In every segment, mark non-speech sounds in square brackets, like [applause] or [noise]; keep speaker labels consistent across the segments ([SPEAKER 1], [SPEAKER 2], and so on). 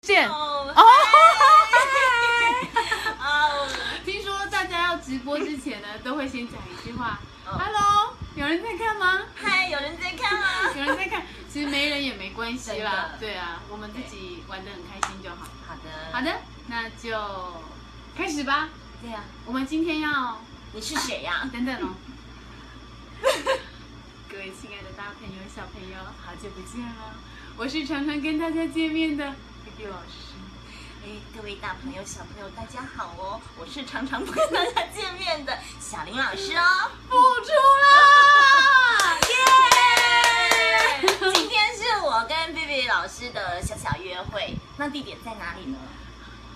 [SPEAKER 1] 见。
[SPEAKER 2] 哦，
[SPEAKER 1] 哦，
[SPEAKER 2] 哦，
[SPEAKER 1] [laughs] 听说大家要直播之前呢，都会先讲一句话
[SPEAKER 2] 嗯
[SPEAKER 1] ：“Hello，有人在看吗？
[SPEAKER 2] 嗨，有人在看吗？
[SPEAKER 1] 有人在看。”其实没人也没关系啦，
[SPEAKER 2] 真
[SPEAKER 1] 对啊，我们自己玩得很开心就好。
[SPEAKER 2] 好的，
[SPEAKER 1] 好，的，那就开始吧。
[SPEAKER 2] 对呀，
[SPEAKER 1] 我们今天要
[SPEAKER 2] 你是谁呀？
[SPEAKER 1] 等等 [laughs] 哦。各位亲爱的大朋友、小朋友，好久不见了！我是常常跟大家见面的 B B 老师。
[SPEAKER 2] 哎，各位大朋友、小朋友，大家好哦，我是常常不跟大家见面的小林老师哦。
[SPEAKER 1] 付出啦！ [laughs]
[SPEAKER 2] 耶！今天是我跟贝贝老师的小小约会，那地点在哪里呢？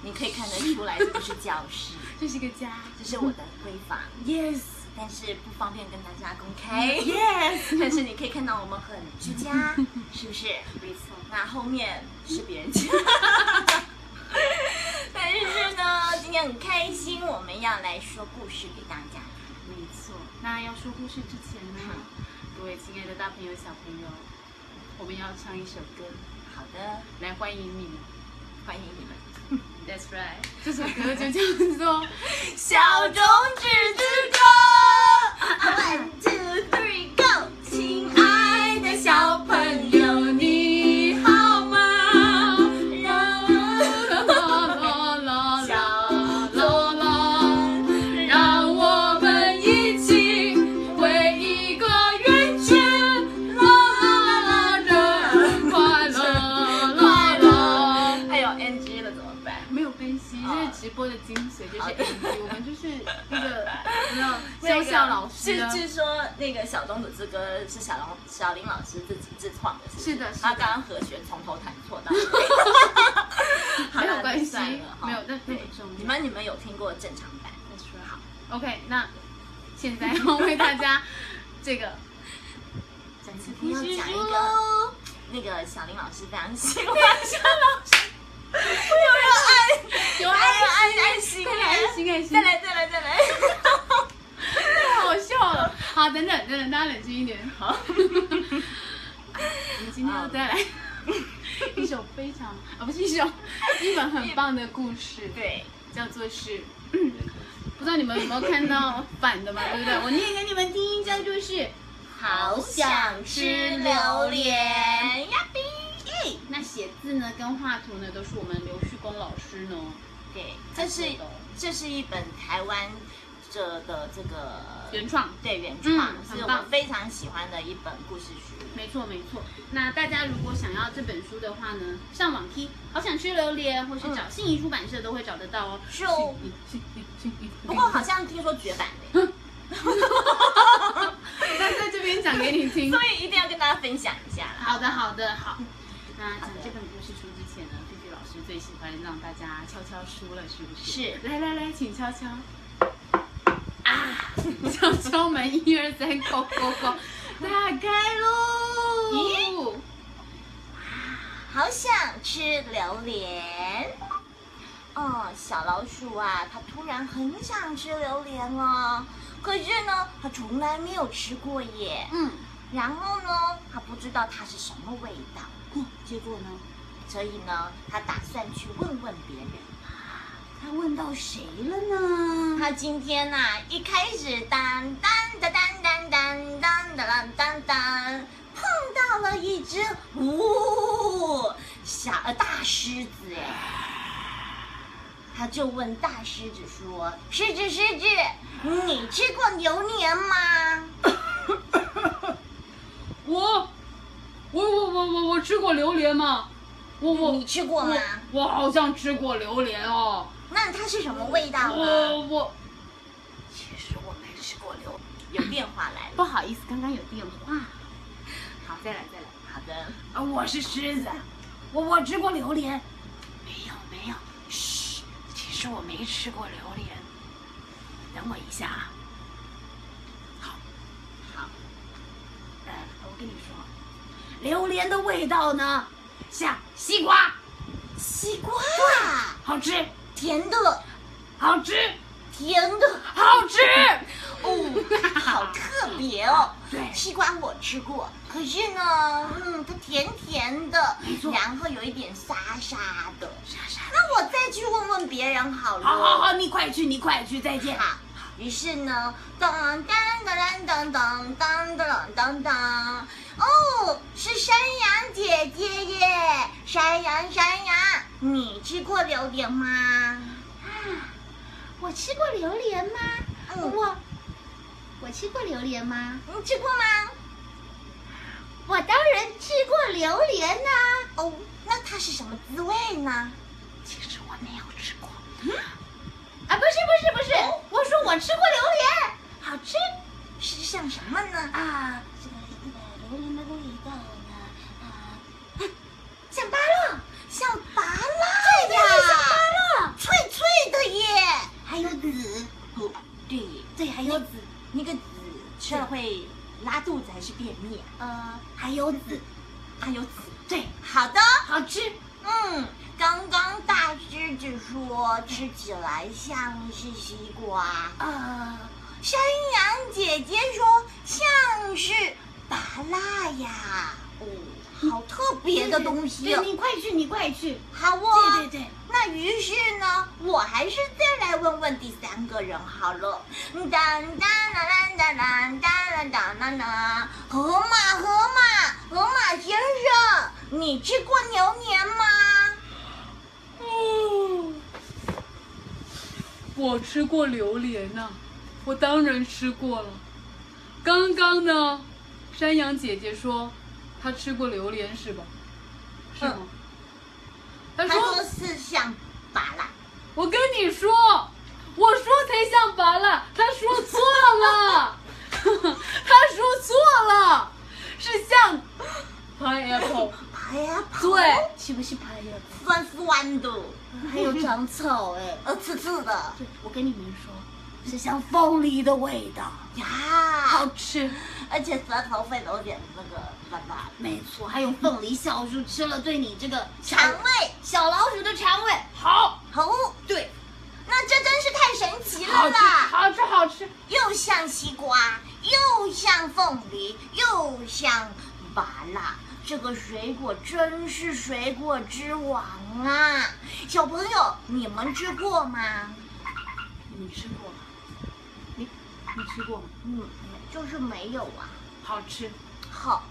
[SPEAKER 2] 你可以看得出来，这不是教室，
[SPEAKER 1] 这是个家。
[SPEAKER 2] 这是我的闺房，
[SPEAKER 1] Yes。
[SPEAKER 2] 但是不方便跟大家公开。
[SPEAKER 1] 嗯 Yes。
[SPEAKER 2] [laughs] 但是你可以看到我们很居家，是不是？
[SPEAKER 1] 没错。
[SPEAKER 2] 那后面是别人家。但是呢，今天很开心，我们要来说故事给大家。
[SPEAKER 1] 没错，那要说故事之前呢，各位亲爱的大朋友、小朋友，我们要唱一首歌
[SPEAKER 2] 好的，
[SPEAKER 1] 来欢迎你们。
[SPEAKER 2] 欢迎你们。
[SPEAKER 1] That's right，这首歌就叫做《
[SPEAKER 2] 小种子之歌。One two three go，亲爱的小朋友，
[SPEAKER 1] [laughs]
[SPEAKER 2] 你好吗？让我
[SPEAKER 1] 啦啦啦
[SPEAKER 2] 小
[SPEAKER 1] 啦啦
[SPEAKER 2] 种
[SPEAKER 1] 啦》，
[SPEAKER 2] 让
[SPEAKER 1] 让我们一起围一个圆圈，啦啦啦啦，人快乐啦啦。
[SPEAKER 2] 快乐。哎呦，NG 了怎么办？
[SPEAKER 1] 没有分析，这
[SPEAKER 2] 哦
[SPEAKER 1] 是直播的精髓，就是
[SPEAKER 2] 好的
[SPEAKER 1] MV，我们就是那个有没有
[SPEAKER 2] 那
[SPEAKER 1] 肖
[SPEAKER 2] 个
[SPEAKER 1] 像老师 [laughs]
[SPEAKER 2] 据
[SPEAKER 1] 的，
[SPEAKER 2] 据说那个小种子之歌是小龙小林老师自己自创的，不
[SPEAKER 1] 是的是的
[SPEAKER 2] 他刚刚和弦从头弹错
[SPEAKER 1] [laughs]
[SPEAKER 2] 到尾。好
[SPEAKER 1] 没
[SPEAKER 2] 了
[SPEAKER 1] 有关系
[SPEAKER 2] 算了，哈
[SPEAKER 1] 没有，但是
[SPEAKER 2] 对
[SPEAKER 1] 很重要。
[SPEAKER 2] 你们你们有听过正常版？
[SPEAKER 1] 好，OK，那现在要为大家这个展示
[SPEAKER 2] 你要
[SPEAKER 1] 故事
[SPEAKER 2] 讲一
[SPEAKER 1] 书
[SPEAKER 2] 个
[SPEAKER 1] 喽。
[SPEAKER 2] 那个小林老师非常喜欢小老师，有没有爱？
[SPEAKER 1] 有
[SPEAKER 2] 爱
[SPEAKER 1] 爱
[SPEAKER 2] 爱爱
[SPEAKER 1] [laughs]
[SPEAKER 2] 心
[SPEAKER 1] 再来 [laughs] 爱心爱心
[SPEAKER 2] 再来再来再来！
[SPEAKER 1] 太好笑了。好，等等等等，大家冷静一点。好，我们今天要带来一首非常啊，不是一首，一本很棒的故事，
[SPEAKER 2] 对，
[SPEAKER 1] 叫做是。 [clears throat] 不知道你们有没有看到反的嘛，对不
[SPEAKER 2] [laughs]
[SPEAKER 1] 对？我念给你们听，叫做是。
[SPEAKER 2] 好想吃榴莲呀！哔！
[SPEAKER 1] 那写字呢，跟画图呢，都是我们刘旭光老师呢。
[SPEAKER 2] 对，这是
[SPEAKER 1] 懂
[SPEAKER 2] 这是一本台湾这的这个
[SPEAKER 1] 原创
[SPEAKER 2] 对原
[SPEAKER 1] 嗯
[SPEAKER 2] 创，
[SPEAKER 1] 很
[SPEAKER 2] 是我
[SPEAKER 1] 棒
[SPEAKER 2] 非常喜欢的一本故事书。
[SPEAKER 1] 没错没错，那大家如果想要这本书的话呢，上网听，好想吃榴莲，或是
[SPEAKER 2] 嗯
[SPEAKER 1] 找信宜出版社都会找得到哦。
[SPEAKER 2] 是
[SPEAKER 1] 信
[SPEAKER 2] 哦
[SPEAKER 1] 宜，信宜，信宜。
[SPEAKER 2] 不过
[SPEAKER 1] [laughs]
[SPEAKER 2] 好像听说绝版的，
[SPEAKER 1] 但在这边讲给你听
[SPEAKER 2] 所。以一定要跟大家分享一下啦。
[SPEAKER 1] 好的好的好。那讲这本故事书之前呢，菲菲老师最喜欢让大家敲敲书了，是不是？
[SPEAKER 2] 是
[SPEAKER 1] 来来来，请敲敲。啊！敲敲门，一二三，go go go，打开喽！
[SPEAKER 2] 咦好想吃榴莲。哦，小老鼠啊，它突然很想吃榴莲了，可是呢，它从来没有吃过耶。
[SPEAKER 1] 嗯，
[SPEAKER 2] 然后呢，它不知道它是什么味道，
[SPEAKER 1] 哦结果呢？
[SPEAKER 2] 所以呢，它打算去问问别人。它问到谁
[SPEAKER 1] 没了呢。
[SPEAKER 2] 他今天呐、一开始当当当当当当当当当当，碰到了一只呜、小呃大狮子哎，他就问大狮子说：“狮子狮子，你吃过榴莲吗
[SPEAKER 1] [coughs] 我，我我我我我吃过榴莲吗？我？”我
[SPEAKER 2] 你吃过吗
[SPEAKER 1] 我？我好像吃过榴莲哦。
[SPEAKER 2] 那它是什么味道
[SPEAKER 1] 我
[SPEAKER 2] 啊？
[SPEAKER 1] 我
[SPEAKER 2] 其实我没吃过榴，有电话来了。
[SPEAKER 1] 不好意思，刚刚有电话。好，再来再来。
[SPEAKER 2] 好的，
[SPEAKER 1] 啊，我是狮子，我我吃过榴莲。没有没有，嘘，其实我没吃过榴莲。等我一下啊。好，好。呃，我跟你说，榴莲的味道呢，像西瓜，
[SPEAKER 2] 西瓜
[SPEAKER 1] 好吃，
[SPEAKER 2] 甜的，
[SPEAKER 1] 好吃。
[SPEAKER 2] 甜的。
[SPEAKER 1] 好吃，
[SPEAKER 3] [laughs]
[SPEAKER 2] 哦，好特别哦。
[SPEAKER 3] 对
[SPEAKER 2] 西瓜我吃过，可是呢，嗯，它甜甜的
[SPEAKER 3] 没，错
[SPEAKER 2] 然后有一点沙沙的。
[SPEAKER 3] 傻傻的。
[SPEAKER 2] 那我再去问问别人好了。
[SPEAKER 3] 好好好，你快去，你快去，再见。
[SPEAKER 2] 好于是呢，当当当当当当当当当，哦，是山羊姐姐耶！山羊山羊，你吃过榴莲吗？
[SPEAKER 4] 我吃过榴莲吗？
[SPEAKER 2] 嗯，
[SPEAKER 4] 我我吃过榴莲吗？
[SPEAKER 2] 你吃过吗？
[SPEAKER 4] 我当然吃过榴莲呐、
[SPEAKER 2] 哦，那它是什么滋味呢？
[SPEAKER 3] 其实我没有吃过。
[SPEAKER 4] 啊！不是不是不是，
[SPEAKER 2] 哦
[SPEAKER 4] 我说我吃过榴莲，好吃。
[SPEAKER 2] 是像什么呢？
[SPEAKER 4] 啊，这个这个榴莲的味道呢，啊，像芭乐，
[SPEAKER 2] 像拔蜡呀，
[SPEAKER 4] 像芭乐，
[SPEAKER 2] 脆脆的耶！
[SPEAKER 4] 还有籽，
[SPEAKER 2] 哦，对，
[SPEAKER 4] 对，还有籽，
[SPEAKER 2] 那个籽吃了会拉肚子还是便秘啊？
[SPEAKER 4] 呃，还有籽，
[SPEAKER 2] 它有籽。
[SPEAKER 3] 对，
[SPEAKER 2] 好的。
[SPEAKER 3] 好吃。
[SPEAKER 2] 嗯，刚刚大狮子说吃起来像是西瓜，
[SPEAKER 4] 呃，
[SPEAKER 2] 山羊姐姐说像是芭辣呀。哦，好特别的东西
[SPEAKER 3] 对，
[SPEAKER 2] 哦
[SPEAKER 3] 对。你快去，你快去。
[SPEAKER 2] 好哦。
[SPEAKER 3] 对对对，
[SPEAKER 2] 那于是呢，我还是再来问问第三个人好了。当当当当当当当当当，河马河马河马先生，你吃过牛年吗？
[SPEAKER 1] 哦，我吃过榴莲呐、我当然吃过了。刚刚呢，山羊姐姐说她吃过榴莲是吧？是吗？她
[SPEAKER 2] 他
[SPEAKER 1] 说
[SPEAKER 2] 说是像拔蜡。
[SPEAKER 1] 我跟你说，我说才像拔蜡，她说错了，她说错了，是像 pineapple。
[SPEAKER 2] 哎呀，
[SPEAKER 1] 对，
[SPEAKER 4] 是不是芭乐？
[SPEAKER 2] 酸酸的，
[SPEAKER 4] 还有长草
[SPEAKER 2] [laughs]
[SPEAKER 4] 哎、
[SPEAKER 2] 呃，刺刺的
[SPEAKER 4] 对，我跟你们说，
[SPEAKER 3] 是像凤梨的味道，
[SPEAKER 2] 呀，
[SPEAKER 3] 好吃。
[SPEAKER 2] 而且舌头会有点那个麻麻的，
[SPEAKER 4] 没错，还有凤梨酵素吃了对你这个
[SPEAKER 2] 肠胃
[SPEAKER 4] 小老鼠的肠胃
[SPEAKER 3] 好，
[SPEAKER 2] 哦，
[SPEAKER 4] 对，
[SPEAKER 2] 那这真是太神奇了
[SPEAKER 3] 好吃，
[SPEAKER 2] 啦！
[SPEAKER 3] 好吃，好吃。
[SPEAKER 2] 又像西瓜，又像凤梨，又像芭乐。这个水果真是水果之王啊！小朋友，你们吃过吗？
[SPEAKER 3] 你吃过吗？你你吃过吗？
[SPEAKER 2] 嗯，就是没有啊。
[SPEAKER 3] 好吃。
[SPEAKER 2] 好，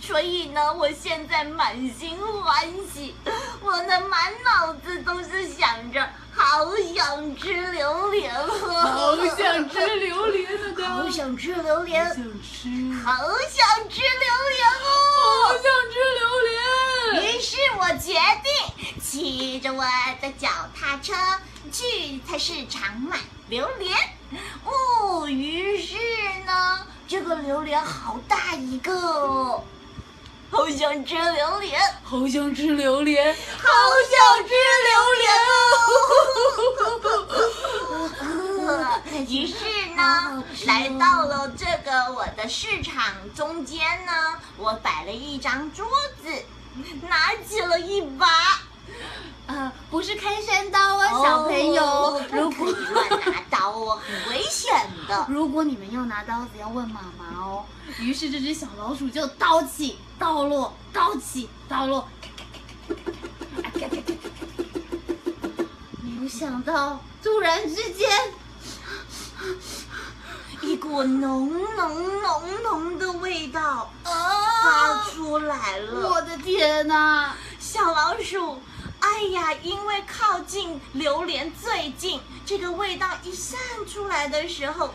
[SPEAKER 2] 所以呢，我现在满心欢喜，我的满脑子都是想着，好想吃榴莲哦，
[SPEAKER 1] 好想吃榴莲啊！大家
[SPEAKER 2] 好想吃榴
[SPEAKER 1] 好
[SPEAKER 2] 莲，
[SPEAKER 1] 想吃。
[SPEAKER 2] 好想吃榴莲哦！
[SPEAKER 1] 好想吃榴莲。
[SPEAKER 2] [laughs] 于是我决定骑着我的脚踏车去菜市场买榴莲。哦，于是呢，这个榴莲好大一个哦，好想吃榴莲，
[SPEAKER 1] 好想吃榴莲，
[SPEAKER 2] 好想吃哦榴莲哦。 [laughs] 于是呢，来到了这个我的市场中间呢，我摆了一张桌子，拿起了一把。
[SPEAKER 4] [laughs] 呃，不是开山刀啊，
[SPEAKER 2] 哦
[SPEAKER 4] 小朋友，
[SPEAKER 2] 不
[SPEAKER 4] 如
[SPEAKER 2] 可
[SPEAKER 4] 果 [laughs]
[SPEAKER 2] 以乱拿刀哦，很危险的。
[SPEAKER 4] 如果你们要拿刀子，要问妈妈哦。于是这只小老鼠就刀起刀落，刀起刀落。没有想到，突然之间，
[SPEAKER 2] 一股浓浓浓浓的味道发
[SPEAKER 4] 啊！
[SPEAKER 2] 出来了。
[SPEAKER 4] 我的天哪！
[SPEAKER 2] 小老鼠，哎呀，因为靠近榴莲最近，这个味道一散出来的时 [laughs] 候，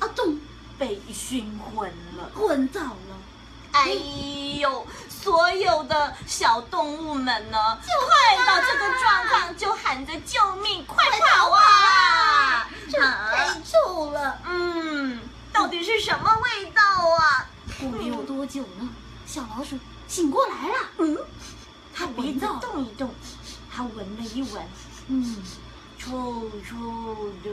[SPEAKER 4] 啊，咚，
[SPEAKER 2] 被熏昏了。
[SPEAKER 4] 昏倒了。
[SPEAKER 2] 哎呦，所有的小动物们呢，快到这个状况就喊着救命，快跑啊！
[SPEAKER 4] 太
[SPEAKER 2] 啊
[SPEAKER 4] 臭了！
[SPEAKER 2] 嗯，到底是什么味道啊？
[SPEAKER 4] 过没有多久呢，小老鼠醒过来了。
[SPEAKER 2] 嗯，它鼻
[SPEAKER 4] 闻
[SPEAKER 2] 子
[SPEAKER 4] 到
[SPEAKER 2] 动一动，它闻了一闻，
[SPEAKER 4] 嗯，
[SPEAKER 2] 臭臭的。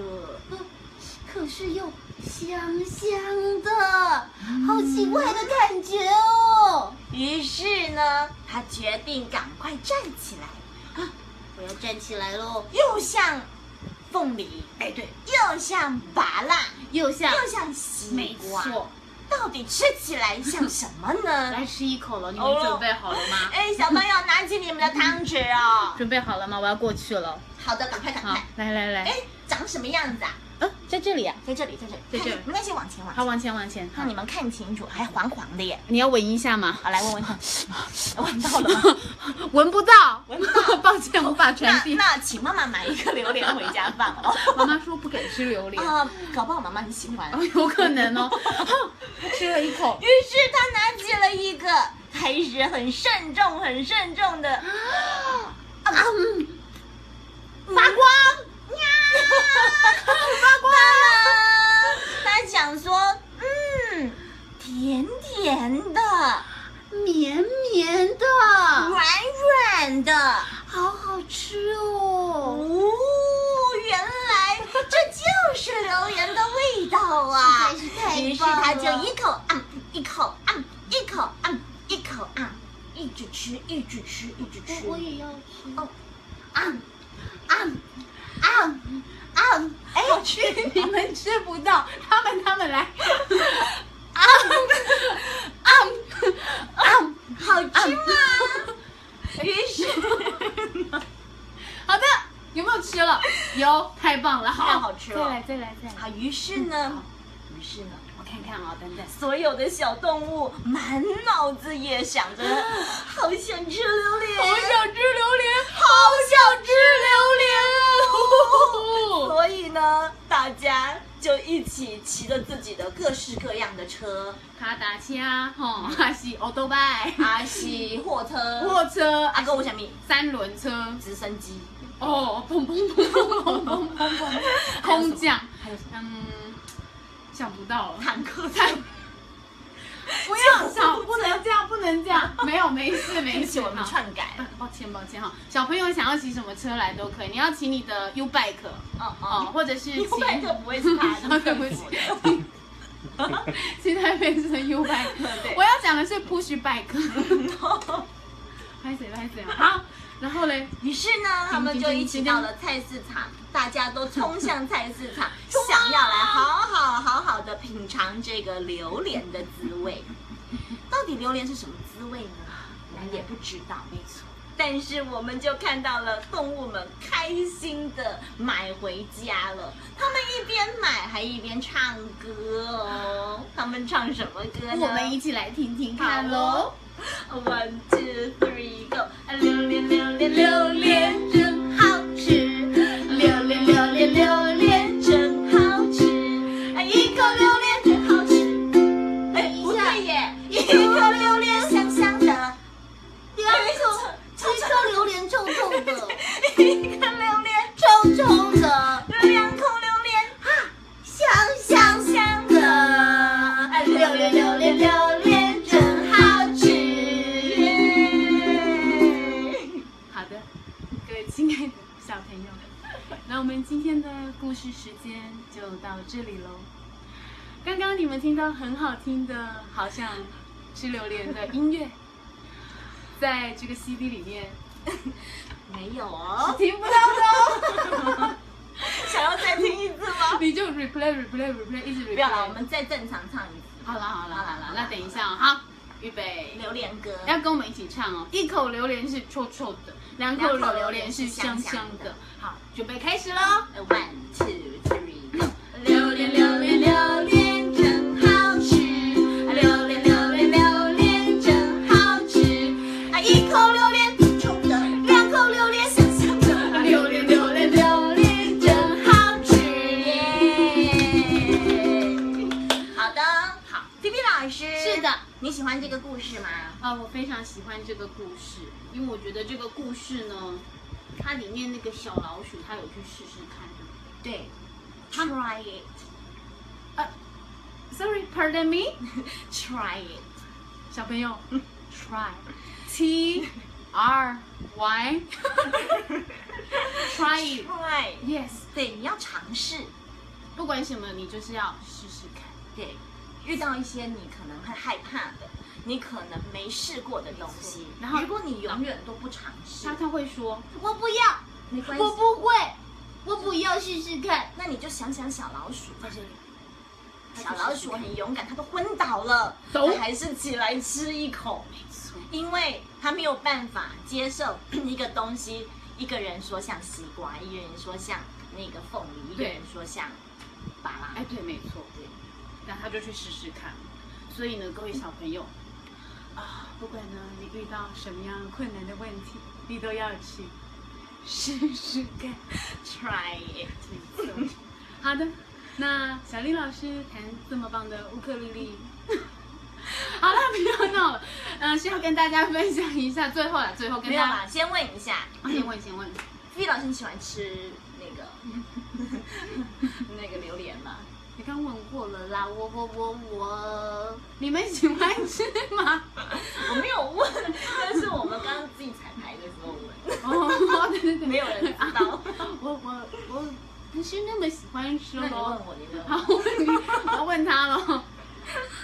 [SPEAKER 4] 可是又香香的，好奇怪的感觉哦。
[SPEAKER 2] 于是呢，它决定赶快站起来，啊
[SPEAKER 4] 我要站起来喽！
[SPEAKER 2] 又像凤梨，哎对，又像芭辣，
[SPEAKER 4] 又像
[SPEAKER 2] 又像西
[SPEAKER 3] 没
[SPEAKER 2] 瓜，
[SPEAKER 3] 错，
[SPEAKER 2] 到底吃起来像什么
[SPEAKER 1] [laughs]
[SPEAKER 2] 呢？
[SPEAKER 4] 来吃一口了，你
[SPEAKER 2] 哦
[SPEAKER 4] 们准备好了吗？
[SPEAKER 2] 哎，小朋友，拿起你们的汤匙哦。
[SPEAKER 4] 准备好了吗？我要过去了。
[SPEAKER 2] 好的，赶快赶
[SPEAKER 4] 好
[SPEAKER 2] 快。，
[SPEAKER 4] 来来来，
[SPEAKER 2] 哎，长什么样子啊？
[SPEAKER 4] 啊，在这里啊。
[SPEAKER 2] 在这里，在这里，
[SPEAKER 4] 在这
[SPEAKER 2] 看
[SPEAKER 4] 儿
[SPEAKER 2] 没关系，往前往前。
[SPEAKER 4] 好，往前往前。好
[SPEAKER 2] 让，你们看清楚，还黄黄的耶。
[SPEAKER 4] 你要闻一下 [laughs] 吗？
[SPEAKER 2] 好，来闻闻看，闻到了吗？
[SPEAKER 4] 闻不到，
[SPEAKER 2] 闻不
[SPEAKER 4] [laughs] 抱歉，无法传
[SPEAKER 2] 那
[SPEAKER 4] 递。
[SPEAKER 2] 那请妈妈买一个榴莲回家放
[SPEAKER 4] [laughs]
[SPEAKER 2] 哦。
[SPEAKER 1] 妈妈说不给吃榴莲，
[SPEAKER 2] 啊，搞不好妈妈很喜欢。
[SPEAKER 4] 哦，有可能 [laughs] 哦。吃了一口
[SPEAKER 2] 于，是他拿起了一个，开始很慎重、很慎重的
[SPEAKER 4] 啊嗯
[SPEAKER 2] 发光，呀，发光了。他想说，嗯，甜甜的，
[SPEAKER 4] 绵绵的，
[SPEAKER 2] 软软的，
[SPEAKER 4] 好好吃哦。
[SPEAKER 2] 哦，原来这就是榴莲的味道啊！
[SPEAKER 4] 实在是太棒了
[SPEAKER 2] 于是他就一口啊，一口啊，一口啊，一口啊，一直吃，一直吃，一直吃。
[SPEAKER 4] 我我也要吃。
[SPEAKER 2] 哦啊啊啊啊！哎，我去，
[SPEAKER 4] 你们吃不到，他们他们来。
[SPEAKER 2] 好吃吗？于是
[SPEAKER 1] 好的，有没有吃 [laughs] 了？有，太棒了，
[SPEAKER 2] 太
[SPEAKER 1] 好，
[SPEAKER 2] 好吃
[SPEAKER 4] 再
[SPEAKER 2] 了
[SPEAKER 4] 来再来再来，
[SPEAKER 2] 啊！于是呢，于是呢，
[SPEAKER 4] 我看看啊，等等。
[SPEAKER 2] 所有的小动物满脑子也想着，好想吃榴莲，
[SPEAKER 1] 好想吃榴莲，
[SPEAKER 2] 好想吃榴莲
[SPEAKER 1] 哦
[SPEAKER 2] 所以呢，大家就一起骑着自己的各式各样的车，
[SPEAKER 1] 卡达车，吼，还是奥多拜，
[SPEAKER 2] 阿西货车，
[SPEAKER 1] 货车，
[SPEAKER 2] 阿哥我想米
[SPEAKER 1] 三轮车，
[SPEAKER 2] 直升机，
[SPEAKER 1] 哦，砰砰砰砰砰砰砰砰，空降，
[SPEAKER 2] 还有什么
[SPEAKER 1] 嗯，想不到了，
[SPEAKER 2] 坦克车？ [laughs]
[SPEAKER 1] 太不要想，不能这样，不能这样，没有，没事，
[SPEAKER 2] 对
[SPEAKER 1] 没
[SPEAKER 2] 不起，
[SPEAKER 1] 事，
[SPEAKER 2] 我们
[SPEAKER 1] 好
[SPEAKER 2] 篡改了。
[SPEAKER 1] 抱歉抱歉哈，小朋友想要骑什么车来都可以，你要骑你的 U bike
[SPEAKER 2] 嗯
[SPEAKER 1] 哦，
[SPEAKER 2] 嗯，
[SPEAKER 1] 或者是骑
[SPEAKER 2] 你外特不会是 [laughs] 他的，
[SPEAKER 1] 对不
[SPEAKER 2] [laughs]
[SPEAKER 1] 起，骑台北市的 U bike，
[SPEAKER 2] 对
[SPEAKER 1] 我要讲的是 push bike，拍谁拍谁啊，好，然后嘞，
[SPEAKER 2] 于是呢，他们就一起到了菜市场，大家都冲向菜市场，想要来好好好好的品尝这个榴莲的滋味。到底榴莲是什么滋味呢？我们也不知道，没错。但是我们就看到了动物们开心的买回家了，他们一边买还一边唱歌哦。他们唱什么歌呢？
[SPEAKER 4] 我们一起来听听看喽。
[SPEAKER 2] One two three go！榴莲榴莲榴莲真好吃，榴莲榴莲榴莲真好吃，哎，一口榴莲真好吃。哎，不对耶，一口榴莲香香的，
[SPEAKER 4] 第
[SPEAKER 2] 啊
[SPEAKER 4] 二口，吃颗榴莲臭臭的，
[SPEAKER 2] 一口榴莲，
[SPEAKER 4] 臭臭的，
[SPEAKER 2] 两口榴莲，啊
[SPEAKER 4] 香香
[SPEAKER 2] 香的。哎，榴莲榴莲榴莲真好吃。
[SPEAKER 1] 好的，各位亲爱的小朋友，那我们今天的故事时间就到这里喽。刚刚你们听到很好听的，好像吃榴莲的音乐，在这个 CD 里面
[SPEAKER 2] 没有哦，
[SPEAKER 1] 听不到的 [laughs]
[SPEAKER 2] 想要再听一次吗？
[SPEAKER 1] 哦， [laughs] 你就 replay replay replay 一直 replay。
[SPEAKER 2] 不要了，我们再正常唱一次
[SPEAKER 1] 好了好了
[SPEAKER 2] 好了
[SPEAKER 1] 好
[SPEAKER 2] 好
[SPEAKER 1] 了
[SPEAKER 2] 了，
[SPEAKER 1] 那等一下啊，好，预备。
[SPEAKER 2] 榴莲歌。
[SPEAKER 1] 要跟我们一起唱哦！一口榴莲是臭臭的，两口榴莲是香香的。好，准备开始喽！
[SPEAKER 2] One two three go。榴莲榴莲榴莲真好吃，榴莲榴莲榴莲真好吃。啊，一口榴莲臭的，两口榴莲香香的，
[SPEAKER 1] 榴莲榴莲
[SPEAKER 2] 榴莲真好吃。好的，好，B B 老师。
[SPEAKER 4] 是的。
[SPEAKER 2] 你喜欢这个故事吗？
[SPEAKER 1] 啊，我非常喜欢这个故事，因为我觉得这个故事呢，它里面那个小老鼠，它有去试试看。
[SPEAKER 2] 对。Try it, [laughs]
[SPEAKER 1] Sorry, pardon me，
[SPEAKER 2] try it.
[SPEAKER 1] 小朋友，try，t r [laughs] y，try
[SPEAKER 2] [laughs]
[SPEAKER 1] it。
[SPEAKER 2] Try，
[SPEAKER 1] Yes，
[SPEAKER 2] 对，你要尝试，
[SPEAKER 1] 不管什么，你就是要试试看。
[SPEAKER 2] 对，遇到一些你可能会害怕的，你可能没试过的东西，
[SPEAKER 1] 然后
[SPEAKER 2] 如果你永远都不尝试
[SPEAKER 1] 他，他会说，
[SPEAKER 4] 我不要，
[SPEAKER 2] 没关系
[SPEAKER 4] 我，不会，我不要试试看。
[SPEAKER 2] 那你就想想小老鼠在这里，小老鼠很勇敢，它都昏倒了，
[SPEAKER 1] 走
[SPEAKER 2] 它还是起来吃一口，因为它没有办法接受 [clears throat] 一个东西。一个人说像西瓜，一个人说像那个凤梨，一个
[SPEAKER 3] 对
[SPEAKER 2] 人说像芭拉。
[SPEAKER 3] 哎，对，没错，对，那他就去试试看。所以呢，各位小朋友，
[SPEAKER 1] 啊，不管呢你遇到什么样困难的问题，你都要去试试看。
[SPEAKER 2] try it。
[SPEAKER 1] 没错。好的，那小丽老师弹这么棒的乌克丽丽。好了，不要闹了。嗯、是要跟大家分享一下，最后啊，最后跟
[SPEAKER 2] 没有
[SPEAKER 1] 大家
[SPEAKER 2] 啦，先问一下，
[SPEAKER 1] 先问，先问。
[SPEAKER 2] 菲老师你喜欢吃那个 [laughs] 那个榴莲吗？
[SPEAKER 1] 你刚问过了啦，我我我我，你们喜欢吃 [laughs] 吗？
[SPEAKER 2] 我没有问，但是我们刚刚自己彩排的时候 [laughs] 问，
[SPEAKER 1] 哦，对对对，
[SPEAKER 2] 没有人知道。
[SPEAKER 1] [laughs] 我我我不是那么喜欢吃哦
[SPEAKER 2] 那你
[SPEAKER 1] 咯
[SPEAKER 2] 问。我，你问
[SPEAKER 1] 好
[SPEAKER 2] 我。，
[SPEAKER 1] 我问你，我要问他 [laughs] 了。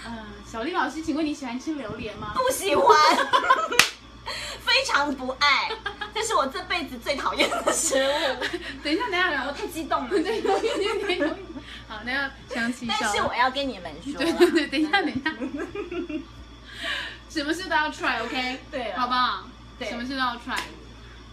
[SPEAKER 1] 嗯、小丽老师，请问你喜欢吃榴莲吗？
[SPEAKER 2] 不喜欢， [laughs] 非常不爱，这是我这辈子最讨厌的食物。
[SPEAKER 1] 等一下，等一下，
[SPEAKER 2] [laughs] 我
[SPEAKER 1] 我
[SPEAKER 2] 太激 [laughs] 动
[SPEAKER 1] 对
[SPEAKER 2] 了。
[SPEAKER 1] 对对对对，好，那要想起
[SPEAKER 2] 但是
[SPEAKER 1] 小
[SPEAKER 2] 我要跟你们说啊
[SPEAKER 1] 对
[SPEAKER 2] 啦，
[SPEAKER 1] 对对，等一下等一下，
[SPEAKER 2] [laughs]
[SPEAKER 1] 什么事都要 try，OK，、
[SPEAKER 2] 对啊
[SPEAKER 1] 好不好？
[SPEAKER 2] 对
[SPEAKER 1] 什么事都要 try。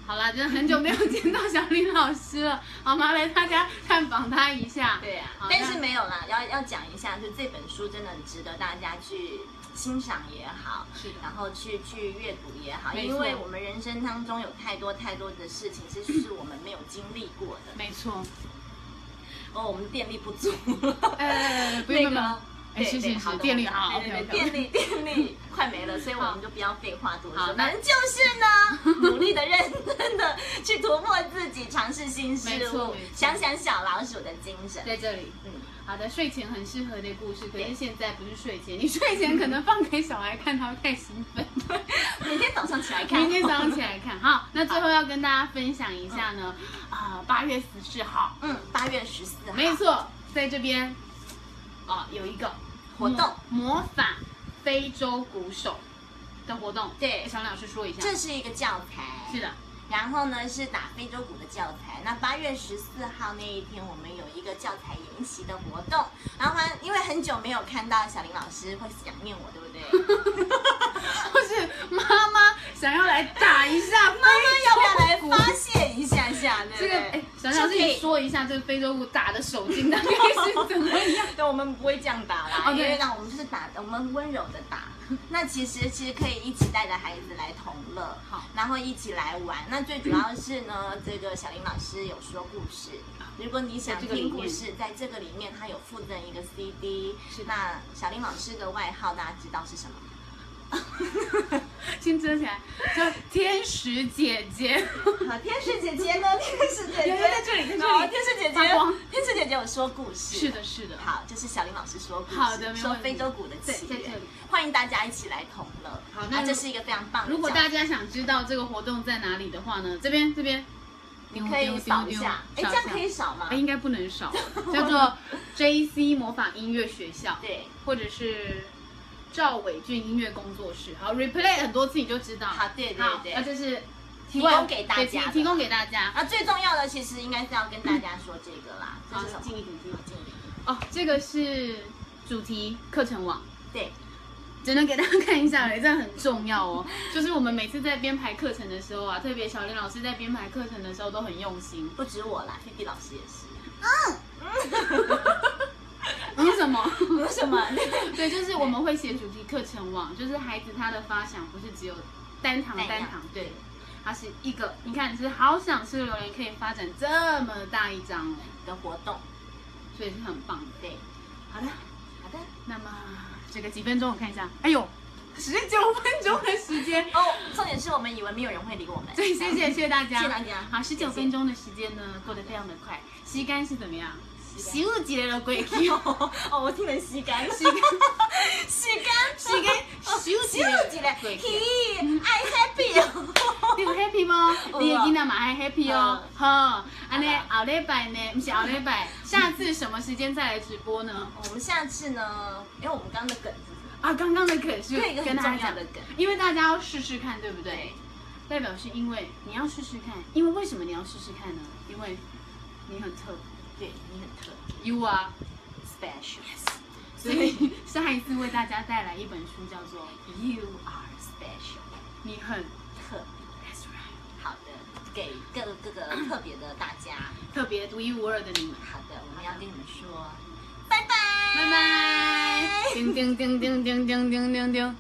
[SPEAKER 1] 好啦，真的很久没有见到小林老师了，好麻烦大家探访他一下。
[SPEAKER 2] 对呀、
[SPEAKER 1] 好
[SPEAKER 2] 但是没有啦，要要讲一下，就这本书真的很值得大家去欣赏也好，
[SPEAKER 1] 是的
[SPEAKER 2] 然后去去阅读也好，
[SPEAKER 1] 没错
[SPEAKER 2] 因为我们人生当中有太多太多的事情是是我们没有经历过的，
[SPEAKER 1] 没错，
[SPEAKER 2] 哦，我们电力不足。
[SPEAKER 1] 哎哎哎，不
[SPEAKER 2] 那
[SPEAKER 1] 用不
[SPEAKER 2] 个
[SPEAKER 1] 用，哎，
[SPEAKER 2] 对
[SPEAKER 1] 是
[SPEAKER 2] 对
[SPEAKER 1] 是
[SPEAKER 2] 好
[SPEAKER 1] 是，
[SPEAKER 2] 的
[SPEAKER 1] 电力
[SPEAKER 2] 我
[SPEAKER 1] 啊
[SPEAKER 2] 对对
[SPEAKER 1] ，OK
[SPEAKER 2] 对，电
[SPEAKER 1] OK，
[SPEAKER 2] 力 [laughs] 电力快没了，所以我们就不要废话多
[SPEAKER 1] 好
[SPEAKER 2] 说。
[SPEAKER 1] 那
[SPEAKER 2] 反正就是呢，
[SPEAKER 1] [laughs]
[SPEAKER 2] 努力的、认真的去突破自己，尝试新事
[SPEAKER 1] 没错没
[SPEAKER 2] 物
[SPEAKER 1] 错，
[SPEAKER 2] 想想小老鼠的精神。
[SPEAKER 1] 在这里。
[SPEAKER 2] 嗯，
[SPEAKER 1] 好的，睡前很适合的故事，可是
[SPEAKER 2] 对
[SPEAKER 1] 现在不是睡前，你睡前可能放给小孩看，他会太兴奋。
[SPEAKER 2] 明天早上起来看。
[SPEAKER 1] [laughs] 明天早上起来看。好，那最后要跟大家分享一下呢，啊、八、月十四号，
[SPEAKER 2] 嗯，八月十四号，
[SPEAKER 1] 没错，在这边啊、有一个
[SPEAKER 2] 活动
[SPEAKER 1] 模模仿非洲鼓手的活动。
[SPEAKER 2] 对
[SPEAKER 1] 小林老师说一下。
[SPEAKER 2] 这是一个教材。
[SPEAKER 1] 是的，
[SPEAKER 2] 然后呢，是打非洲鼓的教材。那八月十四号那一天，我们有一个教材研习的活动。然后呢，因为很久没有看到小林老师，会想念我，对不对？
[SPEAKER 1] 或是妈妈想要来打一下非
[SPEAKER 2] 要不要来
[SPEAKER 1] 洲鼓。
[SPEAKER 2] 发泄一下下？对不
[SPEAKER 1] 这个哎小
[SPEAKER 2] 对，
[SPEAKER 1] 林老师，
[SPEAKER 2] 是可
[SPEAKER 1] 你
[SPEAKER 2] [laughs] 以
[SPEAKER 1] 说一下这个非洲鼓打的手劲大概是怎么样？
[SPEAKER 2] 对，我们不会这样打啦，
[SPEAKER 1] 哦
[SPEAKER 2] 因
[SPEAKER 1] 对
[SPEAKER 2] 为呢，我们就是打，我们温柔的打。那其实其实可以一起带着孩子来同乐，
[SPEAKER 1] 好，
[SPEAKER 2] 然后一起来玩。那最主要是呢，这个小林老师有说故事，如果你想
[SPEAKER 1] 在这个里
[SPEAKER 2] 听
[SPEAKER 1] 面
[SPEAKER 2] 故事，在这个里面他有附赠一个 CD
[SPEAKER 1] 是。
[SPEAKER 2] 那小林老师的外号大家知道是什么吗？
[SPEAKER 1] [laughs] 先遮起来，叫天使姐姐。
[SPEAKER 2] 好，啊天使姐姐呢？天使姐
[SPEAKER 1] 有
[SPEAKER 2] 姐
[SPEAKER 1] 有在这里在这里
[SPEAKER 2] 好天使姐姐
[SPEAKER 1] 发光，
[SPEAKER 2] 天使姐姐有说故事，
[SPEAKER 1] 是的，是的。
[SPEAKER 2] 好，就是小林老师说故事，
[SPEAKER 1] 好的没问题
[SPEAKER 2] 说非洲鼓的起
[SPEAKER 1] 在在这
[SPEAKER 2] 源
[SPEAKER 1] 里，
[SPEAKER 2] 欢迎大家一起来同乐。啊
[SPEAKER 1] 好那
[SPEAKER 2] 那这是一个非常棒的教材。
[SPEAKER 1] 如果大家想知道这个活动在哪里的话呢，这边这边，你
[SPEAKER 2] 可以扫一下，哎，这样可以，扫吗
[SPEAKER 1] 哎，？应该不能少，叫
[SPEAKER 2] [laughs]
[SPEAKER 1] 做 JC 模仿音乐学校，，
[SPEAKER 2] 对，
[SPEAKER 1] 或者是赵伟俊音乐工作室，好，replay 很多次你就知道，
[SPEAKER 2] 好对对
[SPEAKER 1] 好
[SPEAKER 2] 对
[SPEAKER 1] 那这是
[SPEAKER 2] 提供给大
[SPEAKER 1] 对
[SPEAKER 2] 家
[SPEAKER 1] 提
[SPEAKER 2] 的
[SPEAKER 1] 提供给大家，
[SPEAKER 2] 啊，最重要的其实应该是要跟大家说这个啦，
[SPEAKER 1] 嗯
[SPEAKER 2] 这
[SPEAKER 1] 好
[SPEAKER 2] 是什么？
[SPEAKER 1] 近一点近一点
[SPEAKER 2] 近一点
[SPEAKER 1] 哦，这个是主题课程网。
[SPEAKER 2] 对，
[SPEAKER 1] 只能给大家看一下了，这很重要哦。就是我们每次在编排课程的时候啊，特别小林老师在编排课程的时候都很用心。
[SPEAKER 2] 不止我啦，菲菲老师也是。 [laughs]
[SPEAKER 1] [laughs] 嗯，什么？
[SPEAKER 2] 为什么？
[SPEAKER 1] [laughs] 对，就是我们会写主题课程网，就是孩子他的发想不是只有单堂
[SPEAKER 2] 单
[SPEAKER 1] 单
[SPEAKER 2] 样
[SPEAKER 1] 堂，对，它是一个。你看，是好想吃榴莲，可以发展这么大一张哦，
[SPEAKER 2] 的活动，
[SPEAKER 1] 所以是很棒的。
[SPEAKER 2] 对，
[SPEAKER 1] 好的，
[SPEAKER 2] 好的。
[SPEAKER 1] 那么这个几分钟我看一下，哎呦，十九分钟的时间，
[SPEAKER 2] 哦，重点是我们以为没有人会理我们。
[SPEAKER 1] 所以谢谢谢谢大家，
[SPEAKER 2] 谢谢大家
[SPEAKER 1] 好，十
[SPEAKER 2] 谢
[SPEAKER 1] 九
[SPEAKER 2] 谢
[SPEAKER 1] 分钟的时间呢，过得非常的快，吸干是怎么样？十五级的鬼气，
[SPEAKER 2] [laughs] 哦，我听成吸干，
[SPEAKER 1] 吸干
[SPEAKER 2] [laughs] 吸干，哦
[SPEAKER 1] 吸干，
[SPEAKER 2] [laughs]
[SPEAKER 1] 十五级
[SPEAKER 2] 咻起来，
[SPEAKER 1] 鬼气。
[SPEAKER 2] 嘿，I happy
[SPEAKER 1] [laughs]
[SPEAKER 2] 哦。
[SPEAKER 1] 你 [laughs] 有 happy 吗？
[SPEAKER 2] 有啊
[SPEAKER 1] 你的囡仔嘛爱 happy 哦，好，安尼后礼拜呢，不是后礼拜，下次什么时间再来直播呢？
[SPEAKER 2] 哦我们下次呢，因为我们刚刚的梗是什么？
[SPEAKER 1] 啊，刚刚的梗是
[SPEAKER 2] 对一个
[SPEAKER 1] 跟
[SPEAKER 2] 很
[SPEAKER 1] 大
[SPEAKER 2] 重
[SPEAKER 1] 家讲
[SPEAKER 2] 要的，梗，
[SPEAKER 1] 因为大家要试试看，对不对？代表是因为你要试试看，因为为什么你要试试看呢？因为你很特别
[SPEAKER 2] 对你很特
[SPEAKER 1] ，you are
[SPEAKER 2] special，
[SPEAKER 1] 所以下一次为大家带来一本书，叫做《
[SPEAKER 2] You are special，
[SPEAKER 5] 你很
[SPEAKER 2] 特
[SPEAKER 1] That's Right
[SPEAKER 2] 好的，给各各
[SPEAKER 1] [clears throat]
[SPEAKER 2] 个特别的大家。》，
[SPEAKER 1] 特别独一无二的你们。
[SPEAKER 2] 好的，我们要跟你们说，拜拜，
[SPEAKER 1] 拜拜。 [laughs]
[SPEAKER 5] 叮叮叮叮叮叮叮叮叮。